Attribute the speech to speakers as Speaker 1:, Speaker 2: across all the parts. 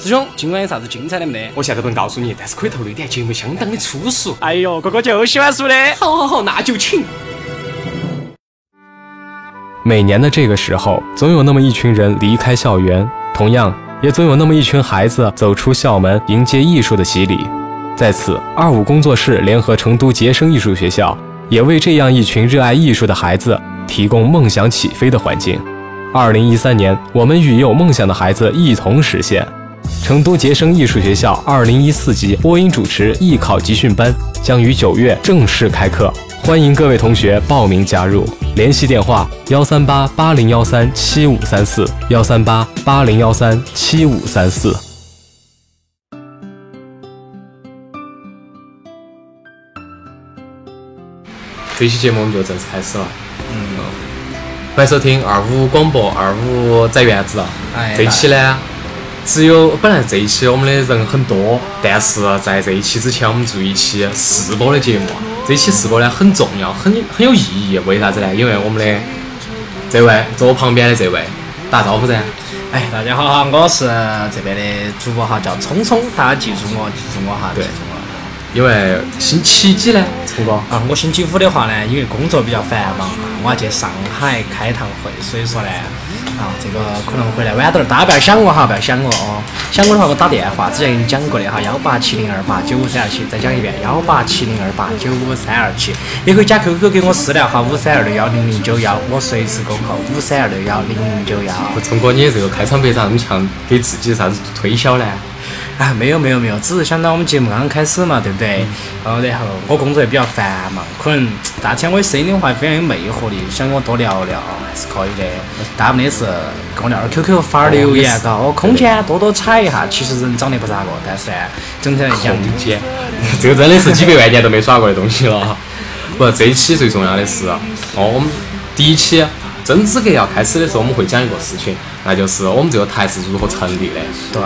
Speaker 1: 师兄，今晚有啥子精彩的没得？
Speaker 2: 我现在不能告诉你，但是可以透露一点，节目相当的粗俗。
Speaker 1: 哎呦，哥哥就喜欢说的。
Speaker 2: 好好好，那就请。
Speaker 3: 每年的这个时候，总有那么一群人离开校园，同样也总有那么一群孩子走出校门，迎接艺术的洗礼。在此，二五工作室联合成都杰生艺术学校，也为这样一群热爱艺术的孩子提供梦想起飞的环境。二零一三年，我们与有梦想的孩子一同实现。成都杰生艺术学校二零一四级播音主持艺考集训班将于九月正式开课，欢迎各位同学报名加入。联系电话：幺三八八零幺三七五三四，幺三八八零幺三七五三四。
Speaker 4: 这期节目我们就正式开始了。嗯，欢迎收听二五广播，二五在院子。啊
Speaker 1: 哎
Speaker 4: 这期呢，只有本来这一期我们的人很多，但是在这一期之前，我们做一期试播的节目。啊这期试播呢很重要，很很有意义。为啥子呢？因为我们的这位坐我旁边的这位打招呼噻。
Speaker 1: 哎，大家好哈，我是这边的主播哈，叫聪聪，大家记住我，记住我哈，记
Speaker 4: 对
Speaker 1: 住我。
Speaker 4: 因为星期几呢？聪哥，
Speaker 1: 啊，我星期五的话呢，因为工作比较繁忙哈，我要去上海开堂会，所以说呢，啊，这个可能回来晚点儿，大家不要想我哈，不要想我哦。想我的话，我打电话，之前跟你讲过的哈，幺八七零二八九五三二七，再讲一遍，幺八七零二八九五三二七，也可以加 QQ 给我私聊哈，五三二六幺零零九幺，我随时沟通，五三二六幺零零九幺。
Speaker 4: 聪哥，你这个开场白咋那么像给自己啥子推销呢？
Speaker 1: 啊，没有没有没有，只是想到我们节目刚刚开始嘛，对不对？嗯、然后我工作也比较繁忙，可能大家听我的声音的话非常有魅惑力，想跟我多聊聊还是可以的。大部分的是跟我聊点 QQ 发点留
Speaker 4: 哦
Speaker 1: 言，嘎，我空间多多踩一下。其实人长得不咋个，但是呢，啊整体来讲，
Speaker 4: 空间， 这个真的是几百万年都没耍过的东西了。不，这一期最重要的是，哦，我们第一期真资格要开始的时候，我们会讲一个事情，那就是我们这个台是如何成立的。
Speaker 1: 对，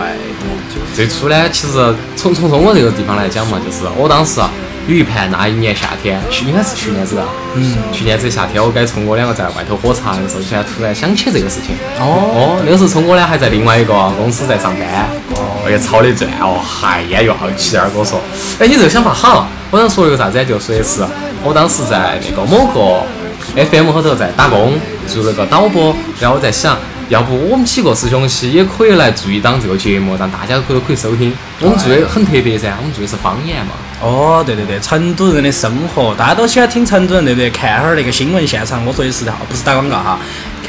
Speaker 4: 最初呢，其实从从从我这个地方来讲嘛，就是我当时啊有一盘那一年夏天，去应该是去年子吧，嗯，去年子夏天，我跟聪哥两个在外头喝茶的时候，现在突然想起这个事情。哦，那个时候聪哥呢还在另外一个公司在上班，哦，而且吵得转哦，嗨，烟又好起。二哥说，哎，你这个想法好，我想说一个啥子呢？就说的是我当时在那个某个 FM 后头在打工，做了个导播，然后我在想。要不我们几个师兄起也可以来做一档这个节目，让大家可以可以收听。我们做的很特别噻，我们做的是方言嘛。
Speaker 1: 哦，对对对，成都人的生活，大家都喜欢听成都人，对不对？看会儿那个新闻现场，我说的是哈，不是打广告哈。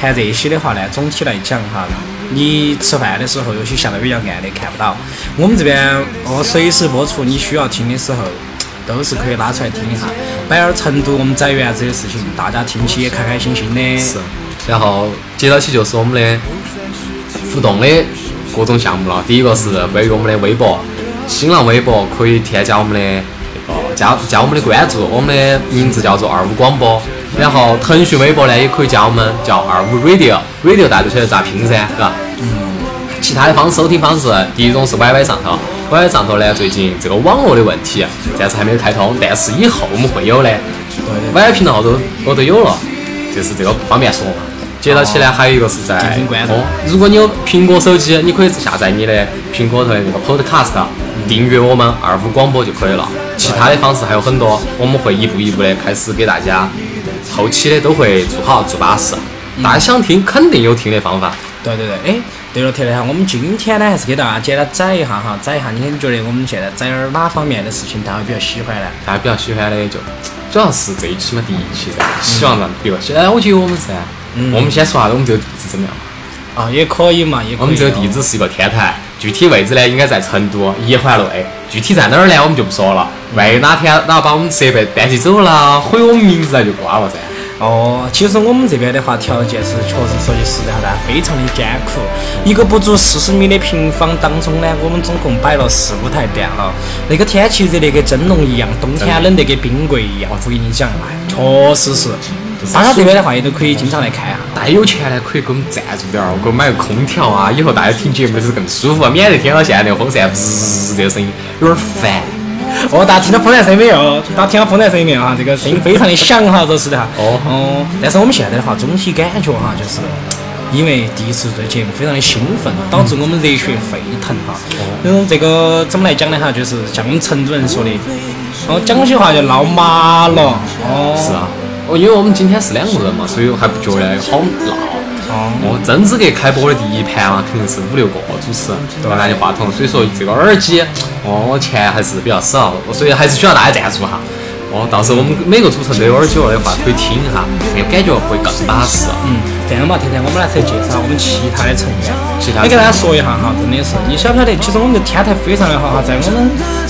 Speaker 1: 看这些的话呢，总体来讲哈，你吃饭的时候，有些下得比较暗的看不到。我们这边哦，随时播出，你需要听的时候，都是可以拉出来听一下。摆点儿成都我们在园子的事情，大家听起也开开心心的。
Speaker 4: 是，然后接到起就是我们的互动的各种项目了。第一个是关于我们的微博，新浪微博可以添加我们的呃加加我们的关注，我们的名字叫做二五广播。然后腾讯微博呢也可以加我们，叫二五 radio，radio 大家都晓得咋拼噻，嘎。其他的方式收听方式，第一种是 YY 上头，YY 上头呢，最近这个网络的问题啊暂时还没有开通，但是以后我们会有的。YY 频道后头我都有了，就是这个不方便说嘛。接到起呢，还有一个是在
Speaker 1: 进行关注
Speaker 4: 哦，如果你有苹果手机，你可以下载你的苹果头的那个 Podcast，订阅我们二五广播就可以了。其他的方式还有很多，我们会一步一步的开始给大家，后期的都会做好做巴适。大家想听，肯定有听的方法。
Speaker 1: 对对对，哎，对了，特别好，我们今天呢还是给大家简单宰一下哈，宰一下你觉得我们现在宰点儿哪方面的事情大家比较喜欢呢？
Speaker 4: 大家比较喜欢的就主要是这一期嘛，第一期噻，希望让比如现在我觉得我们噻，我们先说下我们这个地址怎么样？
Speaker 1: 啊，也可以嘛，也可以、哦
Speaker 4: 我们这个地，址是一个天台，具体位置呢应该在成都一环内，具体在哪儿呢我们就不说了，万一哪天哪把我们设备搬起走了，毁我们名字那就瓜了噻。
Speaker 1: 哦，其实我们这边的话，条件是确实说句实在话，大家非常的艰苦。一个不足四十米的平方当中呢，我们总共摆了四五台电脑。那个天气热得跟蒸笼一样，冬天冷得跟冰柜一
Speaker 4: 哦
Speaker 1: 样。我跟你讲，哎，确实是。大家这边的话也都可以经常来开哈。
Speaker 4: 大家有钱呢可以给我们赞助点儿，给我买个空调啊，以后大家听节目的时候更舒服，免得听到现在那个风扇滋这个声音有点烦。
Speaker 1: 哦，大家听到风扇声音没有？大家听到风扇声音没有啊哈？这个声音非常的响哈，这是的哈。
Speaker 4: 哦
Speaker 1: 哦，但是我们现在的话，总体感觉哈，就是因为第一次做节目，非常的兴奋，导致我们热血沸腾哈。
Speaker 4: 哦
Speaker 1: 嗯，这个怎么来讲呢哈？就是像我们成都人说的，哦，讲起话就闹麻了。哦，
Speaker 4: 是啊，哦，因为我们今天是两个人嘛，所以我还不觉得好闹。哦，真资格开播的第一盘啊嘛，肯定是五六个主持人要拿起话筒，所以说这个耳机，哦，我钱还是比较少，所以还是需要大家赞助哈。哦，到时候我们每个主持人都有耳机了的话，可以听一下，那个感觉会更巴适。啊
Speaker 1: 嗯，这样吧，甜甜，我们来再介绍我们其他的成员。
Speaker 4: 其他
Speaker 1: 你
Speaker 4: 成员
Speaker 1: 给大家说一下哈，真的是，你晓不晓得？其实我们的天台非常的好哈，在我们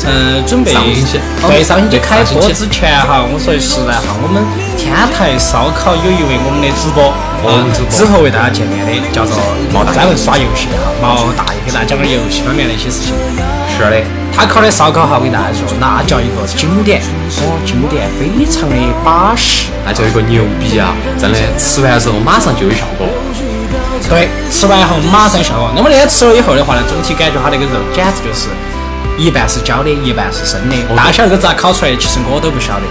Speaker 1: 嗯、呃准备
Speaker 4: 上星期
Speaker 1: 对上星期
Speaker 4: 对
Speaker 1: 开
Speaker 4: 上
Speaker 1: 播
Speaker 4: 星期
Speaker 1: 之前哈，我说句实在话，我们天台烧烤有一位我们的主播，
Speaker 4: 我
Speaker 1: 啊
Speaker 4: 们主播
Speaker 1: 之后为大家见面的叫做毛大，专门耍游戏的哈，毛大爷给大家讲点游戏方面的一些事情。
Speaker 4: 是的，
Speaker 1: 他烤的烧烤哈，我跟大家说，那叫一个经典，哦，经典，非常的巴适。
Speaker 4: 那叫一个牛逼啊！真的，吃完之后马上就有效果。
Speaker 1: 对，吃完以后马上效果。那么那天吃了以后的话呢，总体感觉它那个肉简直就是一半是焦的，一半是生的。大小这个咋烤出来的，其实我都不晓得。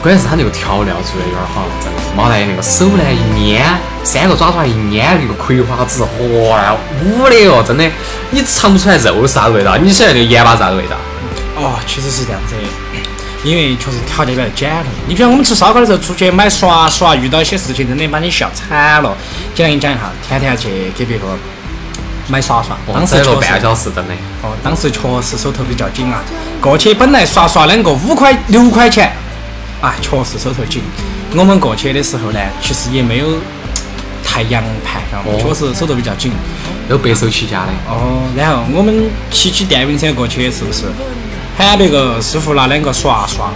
Speaker 4: 关键是它那个调料做的有点好，真的。毛大爷那个手呢一捏，三个爪爪一捏，那个葵花籽，哇呀，捂的哟，真的，你尝不出来肉是啥味道，你晓得那个盐巴是啥味道？
Speaker 1: 哦，其实是这样子的，因为确实条件比较简陋。你比如我们吃烧烤的时候，出去买耍耍，遇到一些事情，真的把你笑惨了。简单给你讲一下，天天去给别个买耍耍，
Speaker 4: 哇
Speaker 1: 当时
Speaker 4: 整
Speaker 1: 确
Speaker 4: 哦了
Speaker 1: 实
Speaker 4: 半小时，真的。
Speaker 1: 哦，当时确实手头比较紧啊，过去本来刷刷两个五块六块钱，啊，确实手头紧。我们过去的时候呢，其实也没有太洋盘，知道吗？
Speaker 4: 哦
Speaker 1: 确实手头比较紧。
Speaker 4: 都白手起家的，
Speaker 1: 哦，然后我们骑起电瓶车过去，是不是？喊别个师傅拿两个刷刷，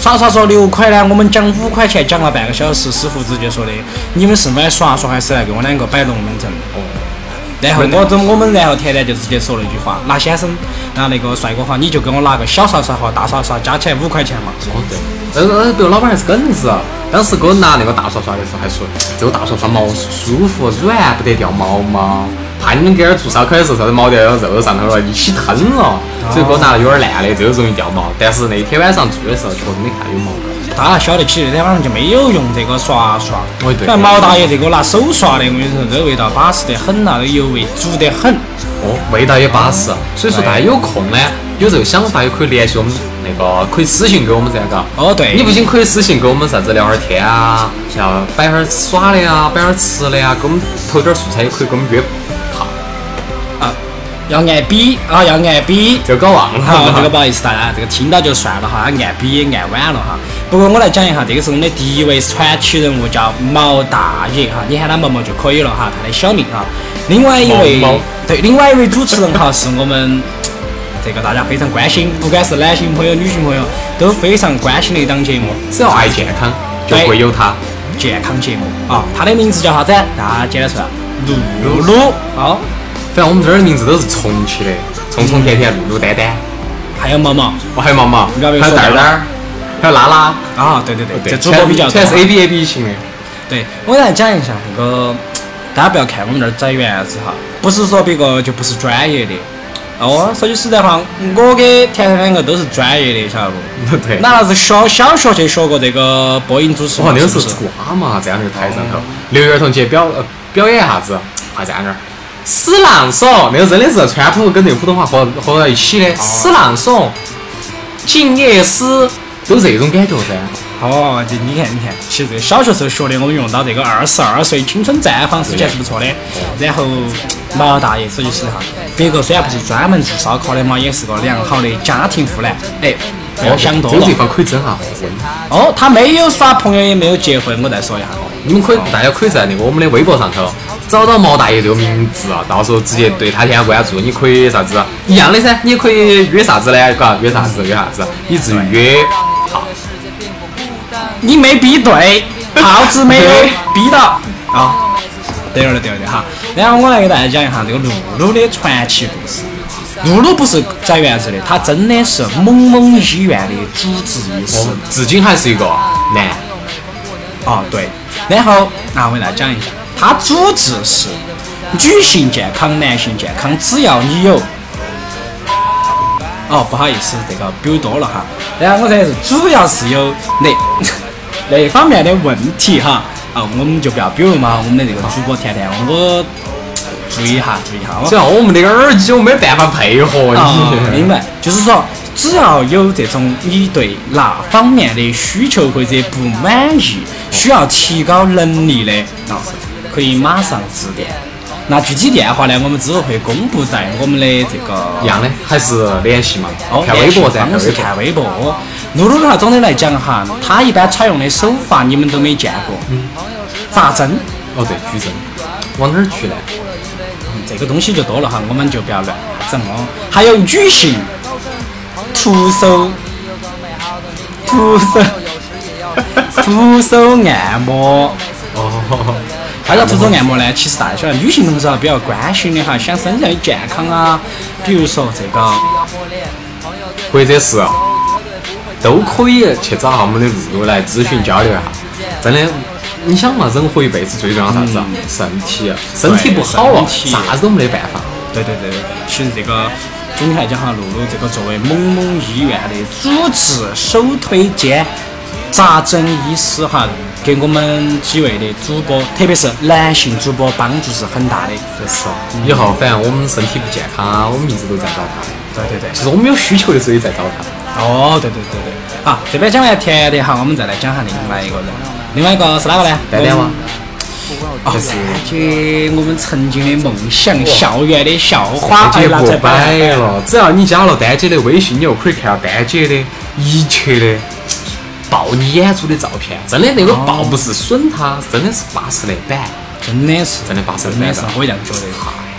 Speaker 1: 刷刷说六块呢，我们讲五块钱，讲了半个小时，师傅直接说的，你们是买刷刷还是来给我两个摆龙门阵？哦。然后我跟我们然后甜甜就直接说了一句话，那先生，那那个帅哥哈，你就给我拿个小刷刷和大刷刷，加起来五块钱嘛。
Speaker 4: 哦对，呃呃，别个老板还是耿直啊。当时给我拿那个大刷刷的时候，还说这个大刷刷毛舒服软，不得掉毛毛，怕你们给点做烧烤的时候，啥子毛掉到肉上头了，一起吞了，所以给我拿了有点烂的，这个容易掉毛。但是那天晚上做的时候，确实没看有毛了。
Speaker 1: 大家晓得起那天晚上就没有用这个刷刷。
Speaker 4: 哦对
Speaker 1: 反正毛大爷这个拿手刷的，我跟你说，这味道巴适得很啊呐，这油味足得很。
Speaker 4: 哦，味道也巴适。所以说大家有空呢，有这个想法也可以联系我们那个，可以私信给我们噻，嘎。
Speaker 1: 哦，对，
Speaker 4: 哎你不仅可以私信给我们啥子聊会儿天啊，然后摆会儿耍的呀，摆会儿吃的呀，给我们投点素材也可以给我们约炮，
Speaker 1: 啊要按比啊，要按比。
Speaker 4: 这个搞忘了。
Speaker 1: 好，这个不好意思大家，这个听到就算了哈，按比也按晚了哈。不过我来讲一下，这个是我们的第一位传奇人物，叫毛大爷哈，你喊他毛毛就可以了哈，他的小名哈。另外一位
Speaker 4: 毛毛
Speaker 1: 对，另外一位主持人哈，是我们这个大家非常关心，不管是男性朋友、女性朋友都非常关心的一档节目
Speaker 4: 只要爱健康，就
Speaker 1: 对
Speaker 4: 会有它。
Speaker 1: ——健康节目啊。它的名字叫啥子？大家简单说啊，露露好，
Speaker 4: 反正我们这儿的名字都是重起的，冲冲甜甜，露露丹丹，
Speaker 1: 还有毛毛
Speaker 4: 我还有毛毛，
Speaker 1: 你
Speaker 4: 还
Speaker 1: 刚
Speaker 4: 有
Speaker 1: 没说
Speaker 4: 蛋
Speaker 1: 完
Speaker 4: 蛋，还有拉拉，
Speaker 1: 啊，对对对，
Speaker 4: 哦对
Speaker 1: 这主播比较多
Speaker 4: 全是 A B A B 型的。
Speaker 1: 对，我来讲一下那个，大家不要看我们这儿摘园子哈，不是说别个就不是专业的。哦，说句实在话，我跟甜甜两个都是专业的，晓得不？
Speaker 4: 对，
Speaker 1: 哪怕是小小学去学过这个播音主持嘛，
Speaker 4: 哦，那个
Speaker 1: 是
Speaker 4: 时
Speaker 1: 不
Speaker 4: 候
Speaker 1: 是？
Speaker 4: 瓜嘛，站在台上头，刘源同学表呃表演啥子？啊，站那儿。死浪爽，那个真的是川普跟那个普通话合合到一起的，死浪爽，敬业师，都这种感觉噻。
Speaker 1: 哦，这你看你看，其实这个小学时候学的，我们用到这个二十二岁青春绽放时间是不错的。然后毛大爷说句实话，别个虽然不是专门做烧烤的嘛，也是个良好的家庭妇男。哎，不要想多
Speaker 4: 这
Speaker 1: 了
Speaker 4: 个。哦地方可以啊整下婚，
Speaker 1: 哦，他没有耍朋友，也没有结婚，我再说一下。
Speaker 4: 你们可以，大家可以在那个我们的微博上头找到毛大爷这个名字啊，到时候直接对他添加关注，你可以啥子一样的噻，你也可以约啥子呢？嘎，约啥子约啥子，以至于约
Speaker 5: 好。
Speaker 1: 你没比对，耗子没有逼到啊。对了对了对了哈，然后我来给大家讲一下这个露露的传奇故事。露露不是在院子的，她真的是某某医院的主治医
Speaker 4: 我
Speaker 1: 师
Speaker 4: 们至今还是一个男。
Speaker 1: 啊，对。然后啊，我给大家讲一下，她主治是女性健康、男性健康，只要你有。哦，不好意思，这个表多了 哈。然后我这是主要是有那那方面的问题哈。啊，我们就不要，比如嘛，我们的这个主播甜甜，我注意一下，注意一 下，我
Speaker 4: 主要我们那个耳机我没办法配合
Speaker 1: 啊，
Speaker 4: 你。
Speaker 1: 明白， 就是说，只要有这种你对那方面的需求或者不满意，需要提高能力的啊，可以马上致电。那具体电话呢，我们之后会公布在我们的这个
Speaker 4: 一样的，还是联系嘛，
Speaker 1: 哦，
Speaker 4: 看微博噻，看
Speaker 1: 方
Speaker 4: 微
Speaker 1: 式
Speaker 4: 博。
Speaker 1: 看微博。露露的话，啊总的来讲哈，它一般采用的手法你们都没见过，扎针。
Speaker 4: 哦对，矩阵，往哪儿去呢？
Speaker 1: 这个东西就多了哈，我们就不要乱整哦。还有女性徒手徒手徒手按摩。
Speaker 4: 哦，
Speaker 1: 啥叫徒手按摩呢？其实大家晓得，女性同志啊比较关心的哈，想身材健康啊，比如说这个
Speaker 4: 或者是啊都可以去找他们的露露来咨询交流一下。真的，你想嘛，人活一辈子最重要啥子啊？身体，身体不好了，
Speaker 1: 嗯身体
Speaker 4: 啥子都没得办法。
Speaker 1: 对对对对，对，其实这个总体来讲哈，露露这个作为某某医院的主治首推兼扎针医师哈，给我们几位的主播，特别是男性主播帮助是很大的。
Speaker 4: 就是，以后反正我们身体不健康啊，我们一直都在找他。
Speaker 1: 对对对，
Speaker 4: 就是我们有需求的时候在找他。
Speaker 1: 哦，对对对对，好，这边讲完甜的哈，我们再来讲下另外一个人，另外一个是哪个呢？
Speaker 4: 丹丹吗？
Speaker 1: 哦，
Speaker 4: 就是
Speaker 1: 感觉我们曾经的梦想，校园的校花，哎
Speaker 4: 丹姐
Speaker 1: 拿
Speaker 4: 不
Speaker 1: 出来
Speaker 4: 摆了，只要你加了丹姐的微信，你就可以看到丹姐的一切的爆你眼珠的照片。真的那个爆不是损她，真的是巴适的板。
Speaker 1: 真的是，
Speaker 4: 真的巴适
Speaker 1: 真的
Speaker 4: 板
Speaker 1: 是
Speaker 4: 的，
Speaker 1: 我也这样觉得。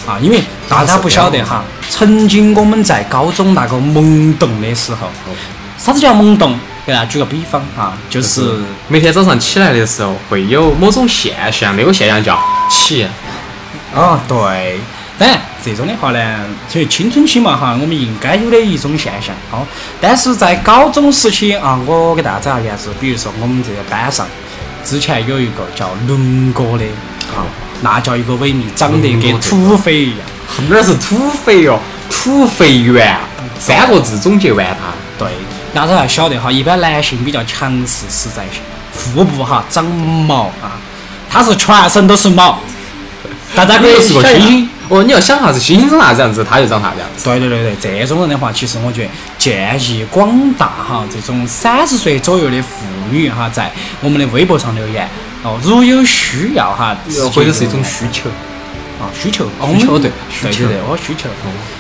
Speaker 1: 啊，因为大家不晓得哈，曾经我们在高中那个懵懂的时候，啥子叫懵懂？给大家举个比方啊，就是
Speaker 4: 每天早上起来的时候会有某种现象，那个现象叫起。
Speaker 1: 啊，对。当然，这种的话呢，其实青春期嘛哈，我们应该有的一种现象哦。但是在高中时期啊，我给大家讲一下子，比如说我们这个班上之前有一个叫龙哥的，啊，那叫一个萎靡，长得跟土匪一样。
Speaker 4: 后面是土肥哦，土肥圆，三个字总结完它。
Speaker 1: 对，大家要晓得哈，一般男性比较强势是在腹部哈长毛啊，他是全身都是毛，大家
Speaker 4: 那
Speaker 1: 可
Speaker 4: 个
Speaker 1: 以
Speaker 4: 又是个
Speaker 1: 想一
Speaker 4: 星
Speaker 1: 下
Speaker 4: 星，哦，你要想啥子星星长啥子样子，它就长啥子样子。
Speaker 1: 对对对对，这种人的话，其实我觉得建议广大哈这种三十岁左右的妇女哈，在我们的微博上留言哦，如有需要哈，
Speaker 4: 或者是一种需求，
Speaker 1: 啊需求，
Speaker 4: 哦需求对需
Speaker 1: 对
Speaker 4: 求
Speaker 1: 对对，哦需求。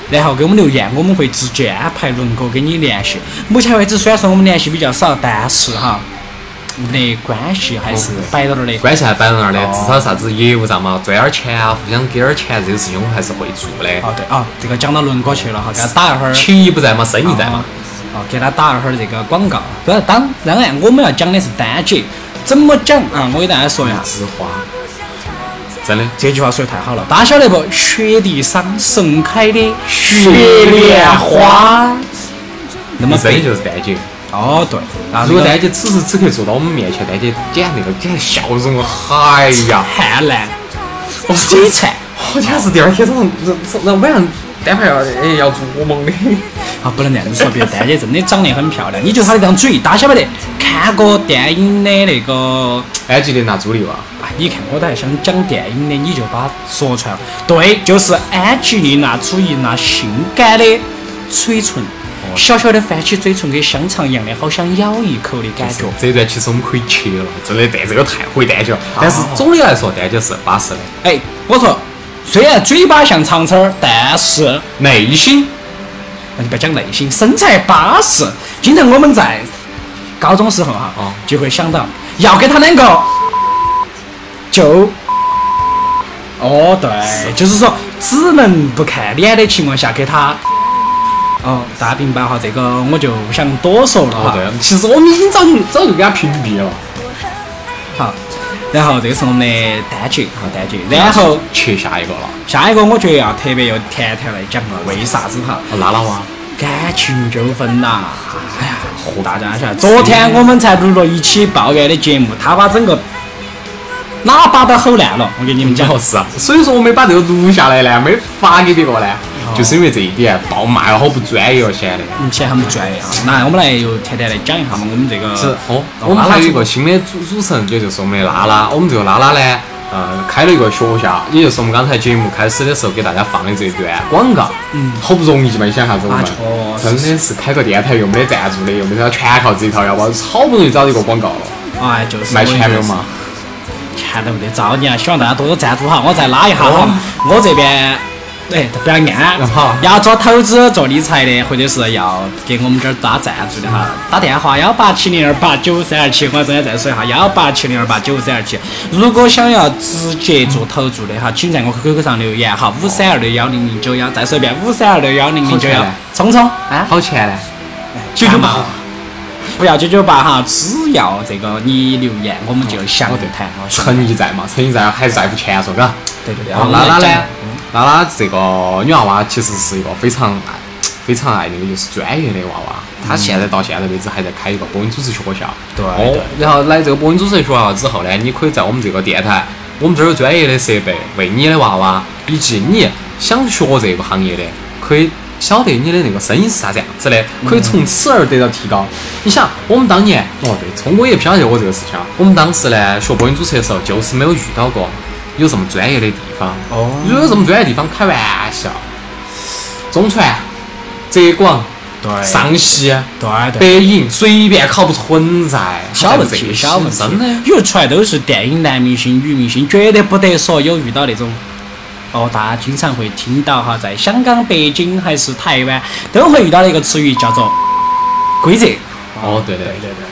Speaker 1: 然后给我们留言，我们会直接安排轮哥跟你联系。目前为止，虽然说我们联系比较少，但是哈，我们的关系还是摆到那儿的。
Speaker 4: 哦关系还摆在那儿的，至少
Speaker 1: 哦
Speaker 4: 啥子业务上嘛，赚点儿钱啊，互相给点儿钱，这个事情我们还是会做的。
Speaker 1: 哦对啊，这个讲到轮哥去了哈，给他打一会儿。
Speaker 4: 情谊不在嘛，生意在嘛。
Speaker 1: 哦，给他打一会儿这个广告。不是，当当然我们要讲的是丹姐，怎么讲啊？我给大家说一下，
Speaker 4: 之花，真的
Speaker 1: 这句话说的太好了，大家晓得不？雪地上盛开的雪莲花。那么
Speaker 4: 一嗯生就是丹姐。
Speaker 1: 哦对，啊，
Speaker 4: 如果
Speaker 1: 那
Speaker 4: 丹
Speaker 1: 个
Speaker 4: 姐此时此刻坐到我们面前，丹姐简直那个简直笑容，哎呀，
Speaker 1: 灿烂，
Speaker 4: 我
Speaker 1: 璀璨。
Speaker 4: 好像是第二天早上，早上晚上单排要哎要做 梦的。
Speaker 1: 啊，不能这样子说，别丹姐真的长得很漂亮，你就她那张嘴，大家晓不得？看过电影的那个，
Speaker 4: 安吉丽娜·朱莉娃，
Speaker 1: 啊，你看我都还想讲电影的，你就把它说出来了。对，就是安吉丽娜·朱茵那性感的嘴唇，小小的翻起嘴唇跟香肠一样的，好想咬一口的感觉。
Speaker 4: 这段其实我们可以切了，真的，但这个太毁丹姐了。
Speaker 1: 哦
Speaker 4: 但是总的来说，丹姐是巴适的，
Speaker 1: 哎，我说，虽然嘴巴像长刺儿，但是
Speaker 4: 内心
Speaker 1: 那就不要讲内心，身材巴适。经常我们在高中时候哈，
Speaker 4: 哦
Speaker 1: 就会想到要跟他两个就。哦，对，就是说只能不看脸的情况下给他。哦，大家明白哈，这个我就不想多说了哈。
Speaker 4: 哦，对，其实我们已经早就早就给他屏蔽了。
Speaker 1: 好，然后这个是我们的单节，好单节，然后
Speaker 4: 切下一个了，
Speaker 1: 下一个我觉得要特别由甜甜来讲了，为啥子哈？
Speaker 4: 拉拉娃，
Speaker 1: 感情纠纷呐，哎呀，和大家晓得，昨天我们才录了一期抱怨的节目，他把整个喇叭都吼烂了，我跟你们讲
Speaker 4: 然。后是啊，所以说我没把这个录下来呢，没发给别个呢，就是因为这一点，爆骂了好不专业哦，显得。
Speaker 1: 嗯，显得很不专业啊。那我们来由谈谈来讲一下嘛，我们这个
Speaker 4: 是哦，
Speaker 1: 哦
Speaker 4: 我们
Speaker 1: 拉拉
Speaker 4: 还有一
Speaker 1: 组
Speaker 4: 个新的主主持人，也就是我们的拉拉。我们这个拉拉呢，呃，开了一个学校，也就是我们刚才节目开始的时候给大家放的这一段广告。嗯，好不容易嘛，你想啥子我们
Speaker 1: 啊确
Speaker 4: 真
Speaker 1: 实
Speaker 4: 的是开个电台又没得赞助的，又没得全靠自己掏腰包，好不容易找到一个广告了，
Speaker 1: 哎，就是
Speaker 4: 卖
Speaker 1: 我
Speaker 4: 钱没有嘛？
Speaker 1: 钱都没得招你啊！希望大家多多赞助哈，我再拉一下哈。我这边，哎，不要按。
Speaker 4: 好
Speaker 1: 要做投资、做理财的，或者是要给我们这儿打赞助的哈，打电话幺八七零二八九三二七，我这边再说一下幺八七零二八九三二七。如果想要直接做投注的哈，请在我 QQ 上留言哈，五三二六幺零零九幺，再说一遍五三二六幺零零九幺
Speaker 4: 好，
Speaker 1: 聪聪。
Speaker 4: 好钱呢？
Speaker 1: 九九八，不要九九八哈，只要这个你留言，我们就详谈。啊
Speaker 4: 诚意在嘛，诚意在还啊是在乎钱说，嘎。
Speaker 1: 对对对，
Speaker 4: 然后拉拉呢，拉拉这个女娃娃其实是一个非常爱、非常爱那个就是专业的娃娃。她现在到现在为止还在开一个播音主持学校。
Speaker 1: 嗯对
Speaker 4: 哦
Speaker 1: 对
Speaker 4: 然后来这个播音主持学校之后呢，你可以在我们这个电台，我们这儿有专业的设备，为你的娃娃以及你想学这个行业的，可以晓得你的那个声音是啥子样子的，可以从此而得到提高。你想，我们当年哦，对，聪哥也不晓得过这个事情啊。我们当时呢学播音主持的时候，就是没有遇到过有这么专业的地方。
Speaker 1: 哦
Speaker 4: 如果有这么专业的地方，开玩笑，中传、浙广、
Speaker 1: 对
Speaker 4: 上戏、
Speaker 1: 对对，
Speaker 4: 北影，随便考不存在，
Speaker 1: 小问
Speaker 4: 这
Speaker 1: 题
Speaker 4: 个
Speaker 1: 小问题，
Speaker 4: 真的。
Speaker 1: 有出来都是电影男明星、女明星，绝对不得说有遇到那种。哦，大家经常会听到哈，在香港、北京还是台湾，都会遇到的一个词语叫做“规则”。
Speaker 4: 哦，对对
Speaker 1: 对对对。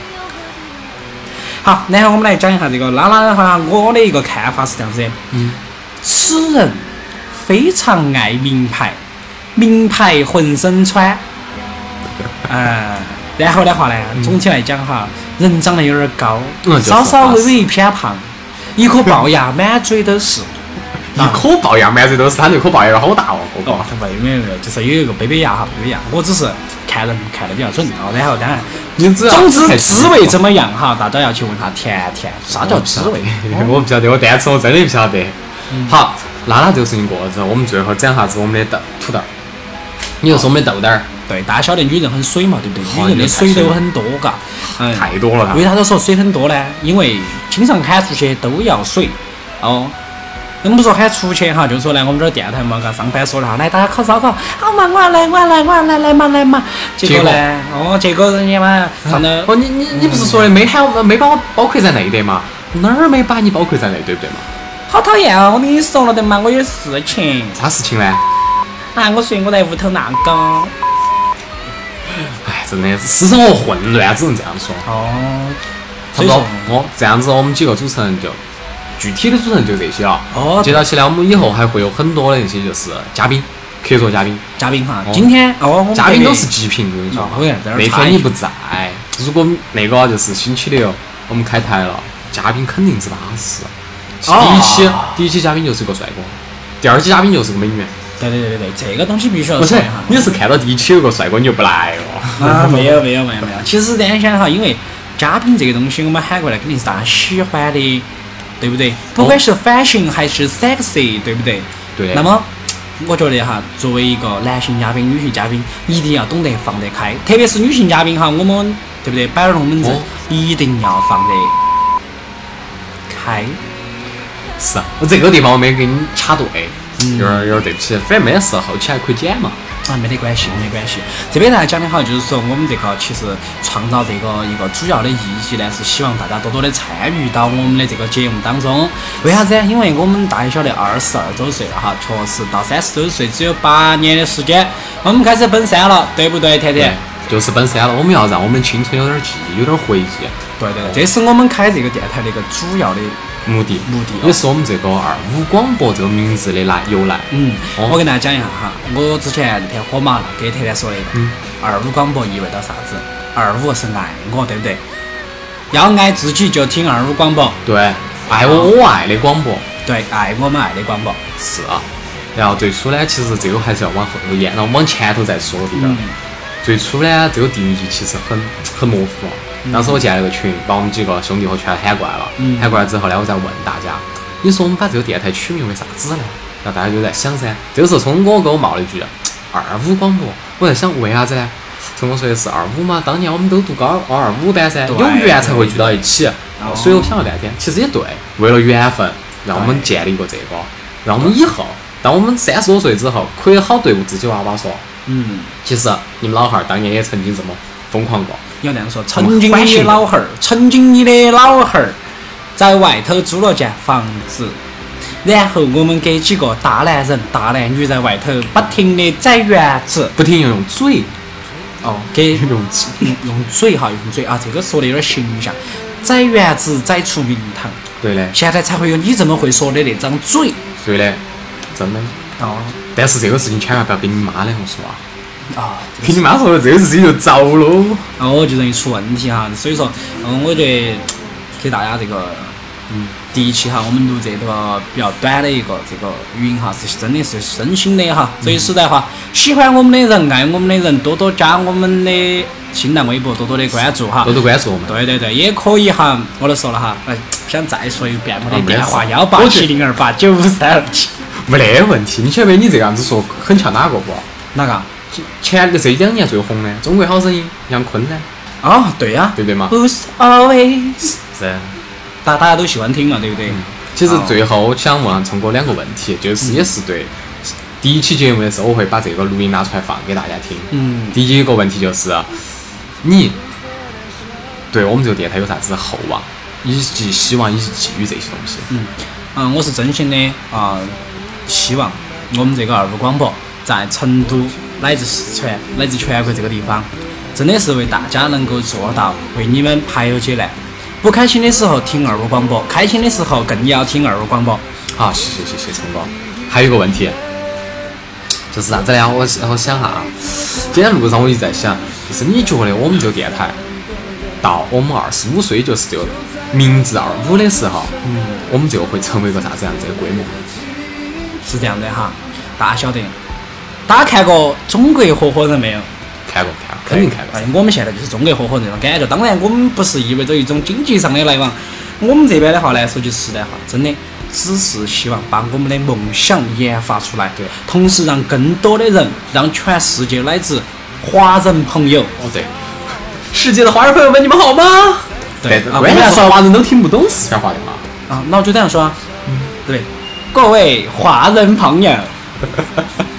Speaker 1: 好，然后我们来讲一下这个拉拉的话，我的一个看法是这样子的。嗯。此人非常爱名牌，名牌浑身穿。 嗯。然后的话呢，总体来讲哈，人长得有点高，
Speaker 4: 嗯就是
Speaker 1: 稍稍微微一偏胖，一颗龅牙，满嘴都是。
Speaker 4: 一颗龅牙满嘴都是，他那颗龅牙有点好啊大哦，哥
Speaker 1: 啊哦
Speaker 4: 哥。，
Speaker 1: 他没有没有没有，就是有一个杯杯牙哈，杯杯牙，我只是看人看得比较准啊。然后当然，
Speaker 4: 你只要
Speaker 1: 总之
Speaker 4: 太
Speaker 1: 滋味怎么样哈，大家要去问他甜甜，啥叫滋
Speaker 4: 哦
Speaker 1: 味？
Speaker 4: 我不晓得，我单词我真的不晓得。嗯好，拉拉这个事情过了之后，我们最后讲下子我们的豆土豆儿。你就说我们的豆豆儿
Speaker 1: 对，大家晓得女人很水嘛，对不对？
Speaker 4: 好
Speaker 1: 女人的水
Speaker 4: 你太水
Speaker 1: 都
Speaker 4: 了
Speaker 1: 很多，嘎，嗯，
Speaker 4: 太多了，
Speaker 1: 为啥子说水很多呢？因为经常喊出去都要水哦。我们不说喊出去哈，就说来我们这儿电台嘛，嘎上班说了哈，来大家烤烧烤，好嘛，我要来，我要来，我要来，来嘛，来嘛。结
Speaker 4: 结
Speaker 1: 果
Speaker 4: 果
Speaker 1: 呢，哦，结果人家嘛上头
Speaker 4: 哦，你你你不是说的没喊我没把我包括在内的嘛？哪儿没把你包括在内，对不对嘛？
Speaker 1: 好讨厌啊！我跟你说了的嘛，我有事情
Speaker 4: 啥事情呢？
Speaker 1: 啊，我所以我在屋头那个。
Speaker 4: 哎，真的是私生活混乱，只能这样说。
Speaker 1: 哦，所
Speaker 4: 差不
Speaker 1: 以
Speaker 4: 多
Speaker 1: 说，
Speaker 4: 哦，这样子我们几个主持人就具体的主持人就这些了。
Speaker 1: 哦
Speaker 4: 接到起来，我们以后还会有很多的那些就是嘉宾，客座嘉宾，
Speaker 1: 嘉宾哈，
Speaker 4: 哦
Speaker 1: 今天哦，我们
Speaker 4: 嘉宾
Speaker 1: 这
Speaker 4: 都
Speaker 1: 边
Speaker 4: 是极品，我跟你说
Speaker 1: 哦。好呀在这儿
Speaker 4: 那
Speaker 1: 插
Speaker 4: 天
Speaker 1: 一
Speaker 4: 你
Speaker 1: 句
Speaker 4: 不在，如果那个就是星期六我们开台了，嘉宾肯定是巴适。第一
Speaker 1: 哦
Speaker 4: 期第一期嘉宾就是个帅哥，第二期嘉宾就是个美女。
Speaker 1: 对对对对对，这个东西必须要
Speaker 4: 不
Speaker 1: 说
Speaker 4: 是
Speaker 1: 一下，。
Speaker 4: 你是看到第一期有个帅哥你就不来了。
Speaker 1: 啊，没有没有没有没有。 其实这样想哈，因为嘉宾这个东西，我们喊过来肯定是大家喜欢的，对不对？不管是 fashion 还是 sexy，对不对？
Speaker 4: 对
Speaker 1: 那么。我觉得哈，作为一个男性嘉宾、女性嘉宾，一定要懂得放得开，特别是女性嘉宾哈，我们对不对？摆儿龙门阵
Speaker 4: 哦，
Speaker 1: 一定要放得开。
Speaker 4: 是，我这个地方我没给你插队，
Speaker 1: 嗯
Speaker 4: 有点有点对不起，反正没得事，后期还可以剪嘛。
Speaker 1: 啊，没得关系，没得关系。这边大家讲的好，就是说我们这个其实创造这个一个主要的意义呢，是希望大家多多的参与到我们的这个节目当中。为啥子呢？因为我们大家晓得二十二周岁了哈，确实到三十周岁只有八年的时间，我们开始奔三了，对不对，甜甜？，
Speaker 4: 就是奔三了，我们要让我们的青春有点记忆，有点回忆，
Speaker 1: 对对对，这是我们开这个电台的一个主要的。
Speaker 4: 目的
Speaker 1: 目的哦
Speaker 4: 也是我们这个二五广播这个名字的来由来。
Speaker 1: 嗯，
Speaker 4: 哦
Speaker 1: 我跟大家讲一下哈，我之前那天火麻了，给甜甜说了一个，二五广播意味着啥子？二五是爱我，对不对？要爱自己就听二五广播，
Speaker 4: 对，爱我我爱的广播
Speaker 1: 对，爱我们爱的广播。
Speaker 4: 是啊。然后最初呢，其实这个还是要往后头延，然后往前头再说的。
Speaker 1: 嗯，
Speaker 4: 最初呢，这个定义其实很很模糊啊。当时我建了个群，把我们几个兄弟伙全喊过来了。喊过来之后呢，我再问大家，你说我们把这个电台取名为啥子呢？然后大家就在想噻。这个时候，聪哥给我冒了一句二五广播，我在想为啥子呢？聪哥说的是二五嘛，当年我们都读高二二五班噻，
Speaker 1: 对
Speaker 4: 有缘才会聚到一起。所以我想了半天，其实也对，为了缘分，让我们建立一个这个，让我们以后，当我们三十多岁之后，可以好对自己娃娃说，
Speaker 1: 嗯，
Speaker 4: 其实你们老汉儿当年也曾经这么疯狂过。
Speaker 1: 要那样说，曾经你的老汉儿，曾经你的老汉儿在外头租了间房子，然后我们给几个大男人、大男女在外头不停的摘园子，
Speaker 4: 不停要用嘴，
Speaker 1: 哦，给
Speaker 4: 用嘴
Speaker 1: 嗯用嘴哈，用嘴啊，这个说的有点形象，摘园子摘出名堂，
Speaker 4: 对的，
Speaker 1: 现在才会有你这么会说的那张嘴
Speaker 4: 对的，真的。
Speaker 1: 哦
Speaker 4: 但是这个事情千万不要跟你妈两个说
Speaker 1: 啊，
Speaker 4: 啊，跟你妈说了这个事情就遭喽。
Speaker 1: 然后哦我就容易出问题哈，所以说，嗯，我觉得给大家这个，嗯，第一期哈，我们录这个比较短的一个这个语音哈，是真的是真心的哈。所以实在话，喜欢我们的人，爱我们的人，多多加我们的新浪微博，多多的关注哈
Speaker 4: 多。多关注我们。
Speaker 1: 对对对，也可以哈，我都说了哈，哎，想再说一遍，我
Speaker 4: 啊
Speaker 1: 的
Speaker 4: 没得
Speaker 1: 电话
Speaker 4: 事
Speaker 1: 幺八七零二八九五三二七，
Speaker 4: 没得问题。你晓得你这个样子说很像哪个不？
Speaker 1: 哪个？
Speaker 4: 前这两年最红的《中国好声音》，杨坤呢，
Speaker 1: 哦，对呀、
Speaker 4: 对不对嘛？
Speaker 1: Who's always，
Speaker 4: 是。
Speaker 1: 大大家都喜欢听嘛，对不对？
Speaker 4: 其实最后我想问聪哥两个问题，就是也是对第一期节目的时候，我会把这个录音拿出来放给大家听。
Speaker 1: 嗯
Speaker 4: 第一个问题就是啊你对我们这个电台有啥子厚望，以及希望，以及寄予这些东西。
Speaker 1: 嗯，嗯，我是真心的啊、希望我们这个二五广播在成都乃至四川乃至全国这个地方，真的是为大家能够做到为你们排忧解难。不开心的时候听二五广播，开心的时候更要听二五广播。
Speaker 4: 好，啊谢谢谢谢聪哥。还有一个问题，就是啥子呢？我我想哈，今天路上我一直在想，就是你觉得我们这个电台到我们二十五岁，就是这个名字二五的时候，嗯，我们就会成为一个啥子样子的规模？
Speaker 1: 是这样的哈，大家晓得，大家看过《中国合伙人》没有？
Speaker 4: 看过看过，肯定看过
Speaker 1: 哎。我们现在就是中国合伙人那种感觉。当然，我们不是意味着一种经济上的来往。我们这边的话来说句实在话，真的只是希望把我们的梦想研发出来，
Speaker 4: 对
Speaker 1: 同时让更多的人，让全世界乃至华人朋友，
Speaker 4: 哦对， 世界的华人朋友们，你们好吗？
Speaker 1: 对啊，我
Speaker 4: 关键
Speaker 1: 们
Speaker 4: 是
Speaker 1: 说
Speaker 4: 华人都听不懂四川话的嘛。
Speaker 1: 啊，那我就这样说啊，对，各位华人朋 友，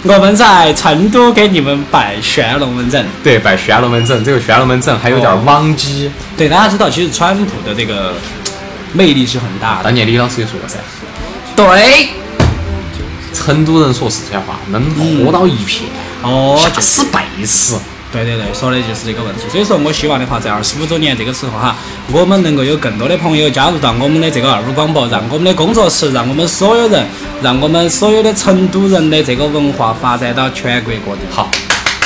Speaker 1: 我们在成都给你们摆旋龙门阵。
Speaker 4: 对，拜宣龙门阵，这个宣龙门阵还有点网鸡。
Speaker 1: 对，大家知道，其实川普的这个魅力是很大的
Speaker 4: 当。年李老师也说过噻，
Speaker 1: 对，
Speaker 4: 成都人说四川话能火到一片。
Speaker 1: 哦，
Speaker 4: 吓
Speaker 1: 就是
Speaker 4: 死贝斯！
Speaker 1: 对对对，说的就是这个问题。所以说我希望的话，在二十五周年这个时候哈，我们能够有更多的朋友加入到我们的这个二五广播，让我们的工作室，让我们所有人，让我们所有的成都人的这个文化发展到全国各地。
Speaker 4: 好，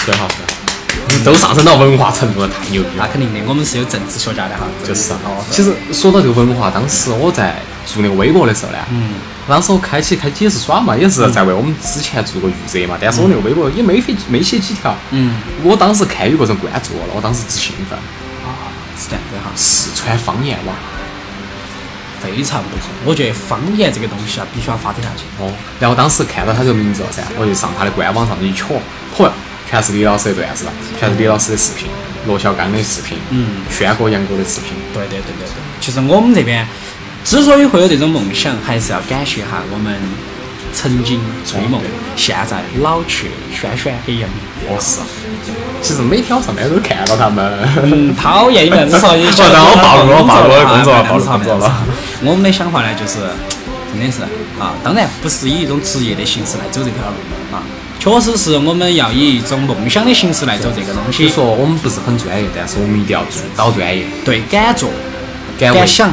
Speaker 4: 最好最好，你都上升到文化程度了，太牛逼
Speaker 1: 那
Speaker 4: 了！
Speaker 1: 肯定的，我们是有政治学家的哈。
Speaker 4: 就是啊
Speaker 1: 哦，，
Speaker 4: 其实说到这个文化，当时我在做那个微博的时候呢，
Speaker 1: 嗯，
Speaker 4: 当时我开启开启也是耍嘛，也是在为我们之前做过预热嘛，但是我那个微博也没写没写几条，
Speaker 1: 嗯，
Speaker 4: 我当时看有个人关注我了，我当时之兴奋，
Speaker 1: 是这样的哈。
Speaker 4: 四川方言网
Speaker 1: 非常不错，我觉得方言这个东西啊，必须要发展下去。
Speaker 4: 哦，然后当时看到他这个名字了噻，我就上他的官网上去瞧，嚯，全是李老师的段子，全是李老师的视频，罗小刚的视频，
Speaker 1: 嗯，
Speaker 4: 轩哥杨哥的视频。
Speaker 1: 对对对对对，其实我们这边之所以会有这种梦想，还是要感谢哈我们曾经追梦
Speaker 4: 对，
Speaker 1: 现在老去轩轩给杨
Speaker 4: 我哦是，其实每天我上班都看到他们。
Speaker 1: 嗯，讨厌你们这说你
Speaker 4: 哦然后暴露了暴露了工作了暴
Speaker 1: 了
Speaker 4: 露
Speaker 1: 嗯
Speaker 4: 工作了。
Speaker 1: 我们的想法呢，就是真的是啊，当然不是以一种职业的形式来走这条路啊，确实是我们要以一种梦想的形式来走这个东
Speaker 4: 就
Speaker 1: 西。
Speaker 4: 说我们不是很专业，但是我们一定要做到专业，
Speaker 1: 对，敢做，
Speaker 4: 敢为
Speaker 1: 敢。想，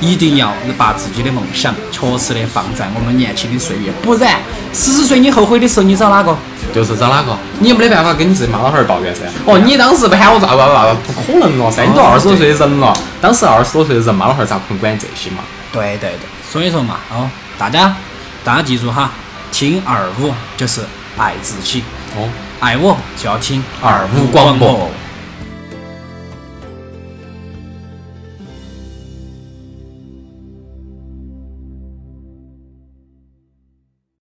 Speaker 1: 一定要把自己的梦想确实的放在我们年轻的岁月，不然四十岁你后悔的时候，你找哪个？
Speaker 4: 就是找哪个，你也没得办法跟你自己妈老汉儿抱怨噻。哦，你当时不喊我咋咋咋咋，不可能了噻！你都
Speaker 1: 哦
Speaker 4: 二十多岁的人了，当时二十多岁的人，妈老汉儿咋可能管这些嘛？
Speaker 1: 对对对，所以说嘛，哦，大家大家记住哈，听二五就是爱自己，
Speaker 4: 哦，
Speaker 1: 爱我就要听
Speaker 4: 二五广播。